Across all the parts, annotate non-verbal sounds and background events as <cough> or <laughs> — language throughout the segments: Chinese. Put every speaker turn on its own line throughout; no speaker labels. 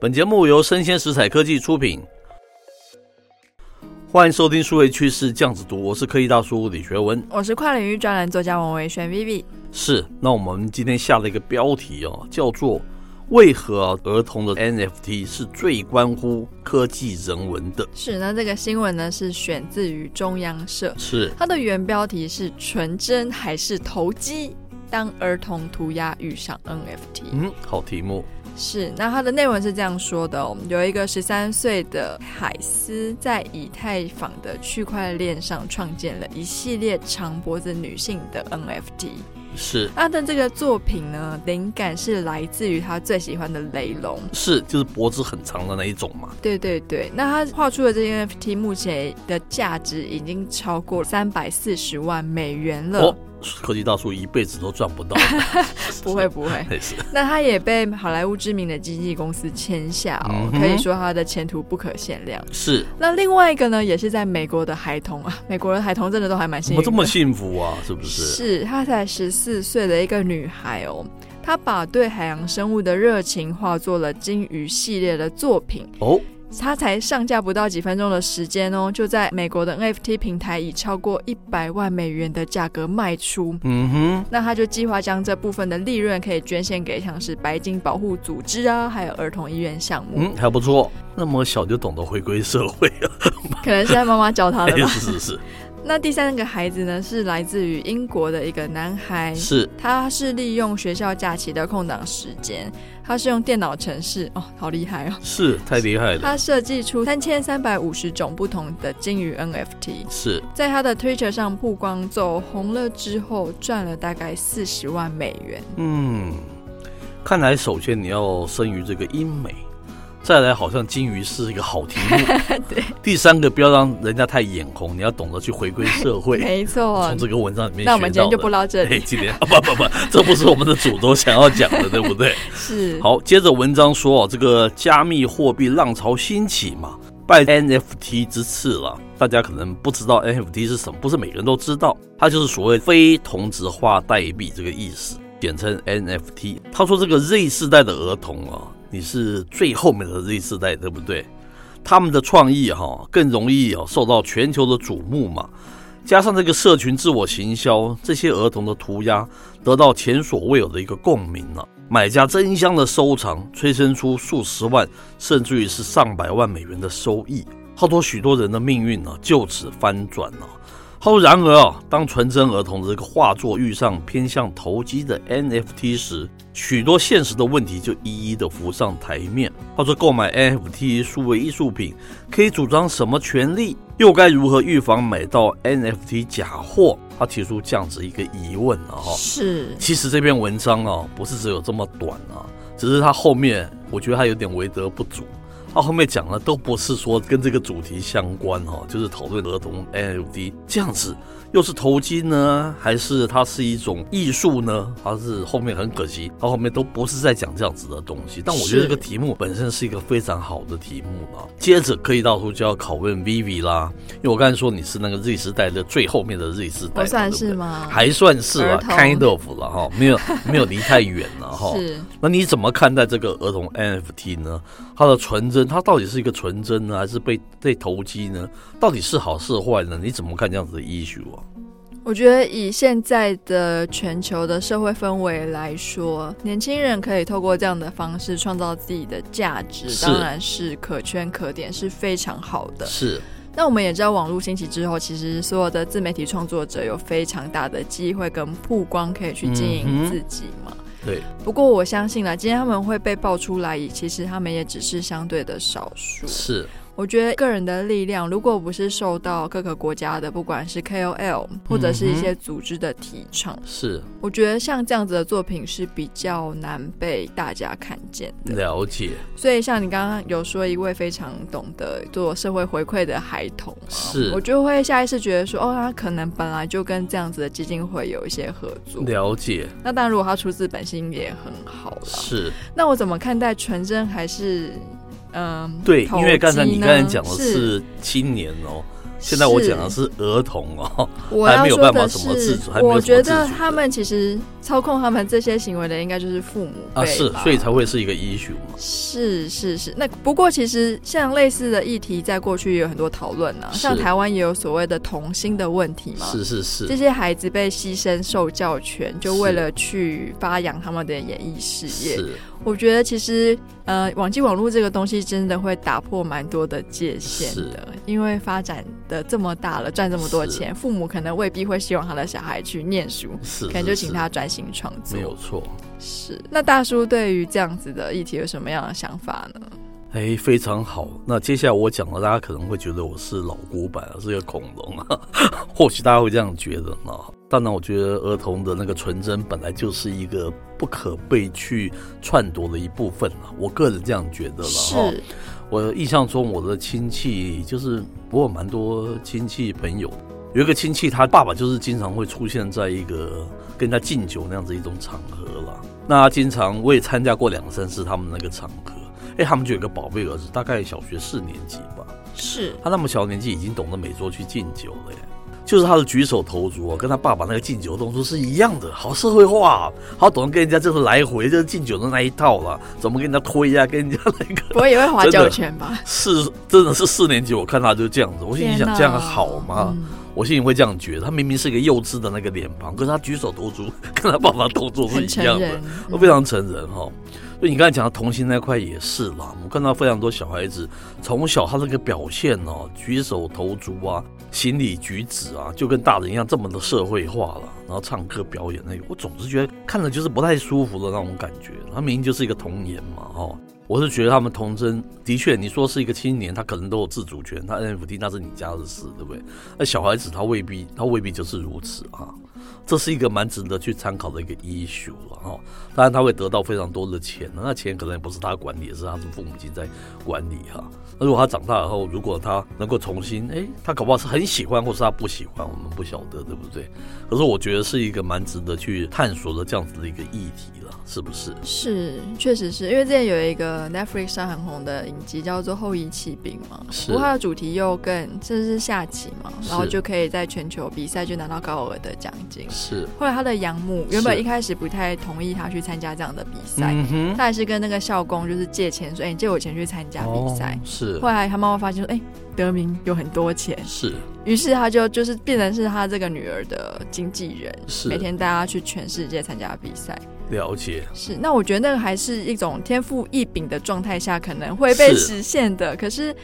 本节目由生鲜食材科技出品，欢迎收听数位趋势酱子读，我是科技大叔李学文。
我是跨领域专栏作家王维轩 Vivi。
是，那我们今天下了一个标题哦，叫做“为何儿童的 NFT 是最关乎科技人文的
是，那这个新闻呢是选自于中央社”？，
是
它的原标题是“纯真还是投机”。当儿童涂鸦遇上 NFT，、
嗯，好题目，
是那它的内文是这样说的、哦：有一个十三岁的海斯在以太坊的区块链上创建了一系列长脖子女性的 NFT。
是
那的啊这个作品呢，灵感是来自于他最喜欢的雷龙，
是，就是脖子很长的那一种嘛。
对对对，那他画出的这些 NFT 目前的价值已经超过三百四十万美元了。
哦，科技大叔一辈子都赚不到，
<laughs> 不
<laughs>
会不会，
类似
那他也被好莱坞知名的经纪公司签下哦
嗯，哼
可以说他的前途不可限量。
是。
那另外一个呢，也是在美国的孩童啊，美国的孩童真的都还蛮
怎
幸运
么
的，
这么幸福啊？是不是？
是，她才十四岁的一个女孩哦，她把对海洋生物的热情化作了鲸鱼系列的作品，
哦，
它才上架不到几分钟的时间哦，就在美国的 NFT 平台以超过一百万美元的价格卖出。
嗯哼，
那他就计划将这部分的利润可以捐献给像是白金保护组织啊，还有儿童医院项目。
嗯，还不错。那么小就懂得回归社
<laughs>
会了，
可能是他妈妈教
<laughs>
他的吧。
是是是
那第三个孩子呢，是来自于英国的一个男孩，
是，
他是利用学校假期的空档时间，他是用电脑程式哦，好厉害哦！
是太厉害了，
他设计出三千三百五十种不同的鲸鱼 NFT，
是
在他的 Twitter 上曝光，走红了之后赚了大概四十万美元。
嗯。看来首先你要生于这个英美，再来好像金鱼是一个好题目，
<laughs> 对。
第三个不要让人家太眼红，你要懂得去回归社会。
<laughs> 没错
从，这个文章里面，
那我们今天就不。唠
<laughs>
这
哎，
里，
今天啊不不不，这不是我们的主轴想要讲的，对不对？
是
好，接着文章说哦，这个加密货币浪潮兴起嘛，拜 NFT 之赐了。大家可能不知道 NFT 是什么，不是每个人都知道，它就是所谓非同质化代币这个意思，简称 NFT。他说这个 Z 世代的儿童啊，你是最后面的 Z 世代，对不对？他们的创意哈、更容易哦受到全球的瞩目嘛。加上这个社群自我行销，这些儿童的涂鸦得到前所未有的一个共鸣啊了、买家争相的收藏，催生出数十万甚至于是上百万美元的收益，好多许多人的命运呢、就此翻转了、他说：“然而啊，当纯真儿童的这个画作遇上偏向投机的 NFT 时，许多现实的问题就一一的浮上台面。他说，购买 NFT 数位艺术品可以主张什么权利？又该如何预防买到 NFT 假货？他提出这样子一个疑问啊、哈。
是
其实这篇文章啊，不是只有这么短啊，只是它后面我觉得它有点为德不足。它后面讲的都不是说跟这个主题相关哦、就是讨论儿童 NFT 这样子，又哦是投机呢，还是它是一种艺术呢？它是后面很可惜，它后面都不是在讲这样子的东西。但我觉得
是
这个题目本身是一个非常好的题目
嗯
啊。接着可以到处就要拷问 Vivi 啦，因为我刚才说你是那个 Z 时代的最后面的 Z 时代嘛，
我算
对不对
是吗？
还算是啊吧
儿童
，kind of 了哈，没
<laughs>
有没有离太远了哈。
是
那你怎么看待这个儿童 NFT 呢？它的纯真，它到底是一个纯真呢，还是被被投机呢？到底是好是坏呢？你怎么看这样子的 issue 啊？
我觉得以现在的全球的社会氛围来说，年轻人可以透过这样的方式创造自己的价值，
是
当然是可圈可点，是非常好的。
是
那我们也知道，网络兴起之后，其实所有的自媒体创作者有非常大的机会跟曝光，可以去经
嗯
营
哼
自己嘛。
对，
不过我相信啦，今天他们会被爆出来，其实他们也只是相对的少数。
是
我觉得个人的力量，如果不是受到各个国家的，不管是 KOL 或者
嗯
是一些组织的提倡，
是，
我觉得像这样子的作品是比较难被大家看见的。
了解
所以像你刚刚有说一位非常懂得做社会回馈的孩童啊，
是
我就会下意识觉得说，哦，他可能本来就跟这样子的基金会有一些合作。
了解
那当然，如果他出资本心也很好啦。
是
那我怎么看待纯真还是嗯嗯
对，
投
因为刚才
机
你
呢
刚才讲的
是
是青年哦，现在我讲的是儿童哦，
我
还
要
没有
说
办法
的
什么自
是
主，还，没有什么
我觉
自主
得
的
他们其实操控他们这些行为的，应该就是父母
啊，
辈
是，
吧
所以才会是一个 issue 嘛。
是是是，那不过其实像类似的议题，在过去也有很多讨论呢、
是
像台湾也有所谓的童心的问题嘛，
是是是
这，些孩子被牺牲受教权，就是为了去发扬他们的演艺事业。
是
我觉得其实呃，网际网络这个东西真的会打破蛮多的界限
是
的，因为发展的这么大了，赚这么多
是
钱，父母可能未必会希望他的小孩去念书，
是，
可能就请
是
他专心创作
没。有错。
是，那大叔对于这样子的议题有什么样的想法呢？
哎，非常好。那接下来我讲的，大家可能会觉得我是老古板啊，是个恐龙啊， <laughs> 或许大家会这样觉得呢。当然，我觉得儿童的那个纯真本来就是一个不可被去篡夺的一部分啊，我个人这样觉得了哦哈。
是
我印象中，我的亲戚就是我有蛮多亲戚朋友，有一个亲戚，他爸爸就是经常会出现在一个跟他敬酒那样子一种场合啦。那他经常我也参加过两三次他们那个场合。哎，他们就有一个宝贝儿子，大概小学四年级吧。
是
他那么小年纪已经懂得每桌去敬酒了耶，就是他的举手投足啊，跟他爸爸那个敬酒动作是一样的，好社会化啊，好懂得跟人家就是来回就是敬酒的那一套啦，怎么跟人家推啊，跟人家那个
不会也会划
真的
酒拳吧？
是，真的是四年级，我看他就这样子，我心里
天
想
哪
这样好吗？
嗯
我心里会这样觉得，他明明是一个幼稚的那个脸庞，可是他举手投足 <laughs> 跟他爸爸动作是
很
一
成
样的
人，，
都非常成人哈、哦。就你刚才讲的童心那块也是啦，我看到非常多小孩子从小他这个表现哦，举手投足啊，行礼举止啊，就跟大人一样这么的社会化了，然后唱歌表演那个，我总是觉得看着就是不太舒服的那种感觉。他明明就是一个童年嘛，哦，我是觉得他们童真的确，你说是一个青年，他可能都有自主权，他 NFT 那是你家的事，对不对？那小孩子他未必，他未必就是如此啊。这是一个蛮值得去参考的一个 issue 了哦。当然他会得到非常多的钱，那钱可能也不是他管理，也是他是父母亲在管理哈、那如果他长大以后，如果他能够重新，诶，他搞不好是很喜欢，或是他不喜欢，我们不晓得，对不对？可是我觉得是一个蛮值得去探索的这样子的一个议题了，是不是？
是，确实是因为之前有一个 Netflix 上很红的影集叫做《后裔骑兵》嘛，
是
不过它的主题又更这是下棋嘛，
是
然后就可以在全球比赛就拿到高额的奖金。
是，
后来他的养母原本
是
一开始不太同意他去参加这样的比赛，
嗯哼，
他还是跟那个校工就是借钱说：“哎、你借我钱去参加比赛。
哦、是
后来他妈妈发现说：“哎、德明有很多钱。
是”
于是他就就是变成是他这个女儿的经纪人，每
是，
天带她去全世界参加比赛。
了解，
是，那我觉得那个还是一种天赋异禀的状态下可能会被
是
实现的。可是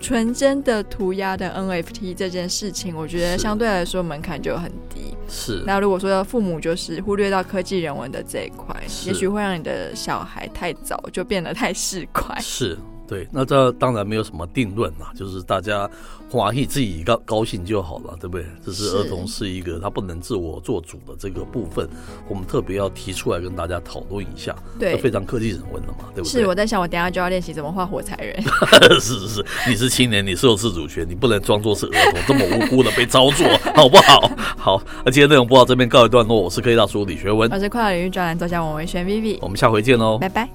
纯真的涂鸦的 NFT 这件事情，我觉得
是
相对来说门槛就很低。
是
那如果说父母就是忽略到科技人文的这一块，
是
也许会让你的小孩太早就变得太市侩。
是。对，那这当然没有什么定论啦，就是大家欢喜自己高高兴就好了，对不对？这是
是
儿童是一个他不能自我做主的这个部分，我们特别要提出来跟大家讨论一下，这
对
非，常科技人文的嘛，对不对？
是我在想，我等一下就要练习怎么画火柴人。
<laughs> 是是是，你是青年，你是有自主权，你不能装作是儿童这么无辜的被操作，好不好？好，那今天内容播到这边告一段落，我是科技大叔李学文哦
我，是跨领域专栏作家王维轩 Vivi，
我们下回见喽，
拜拜。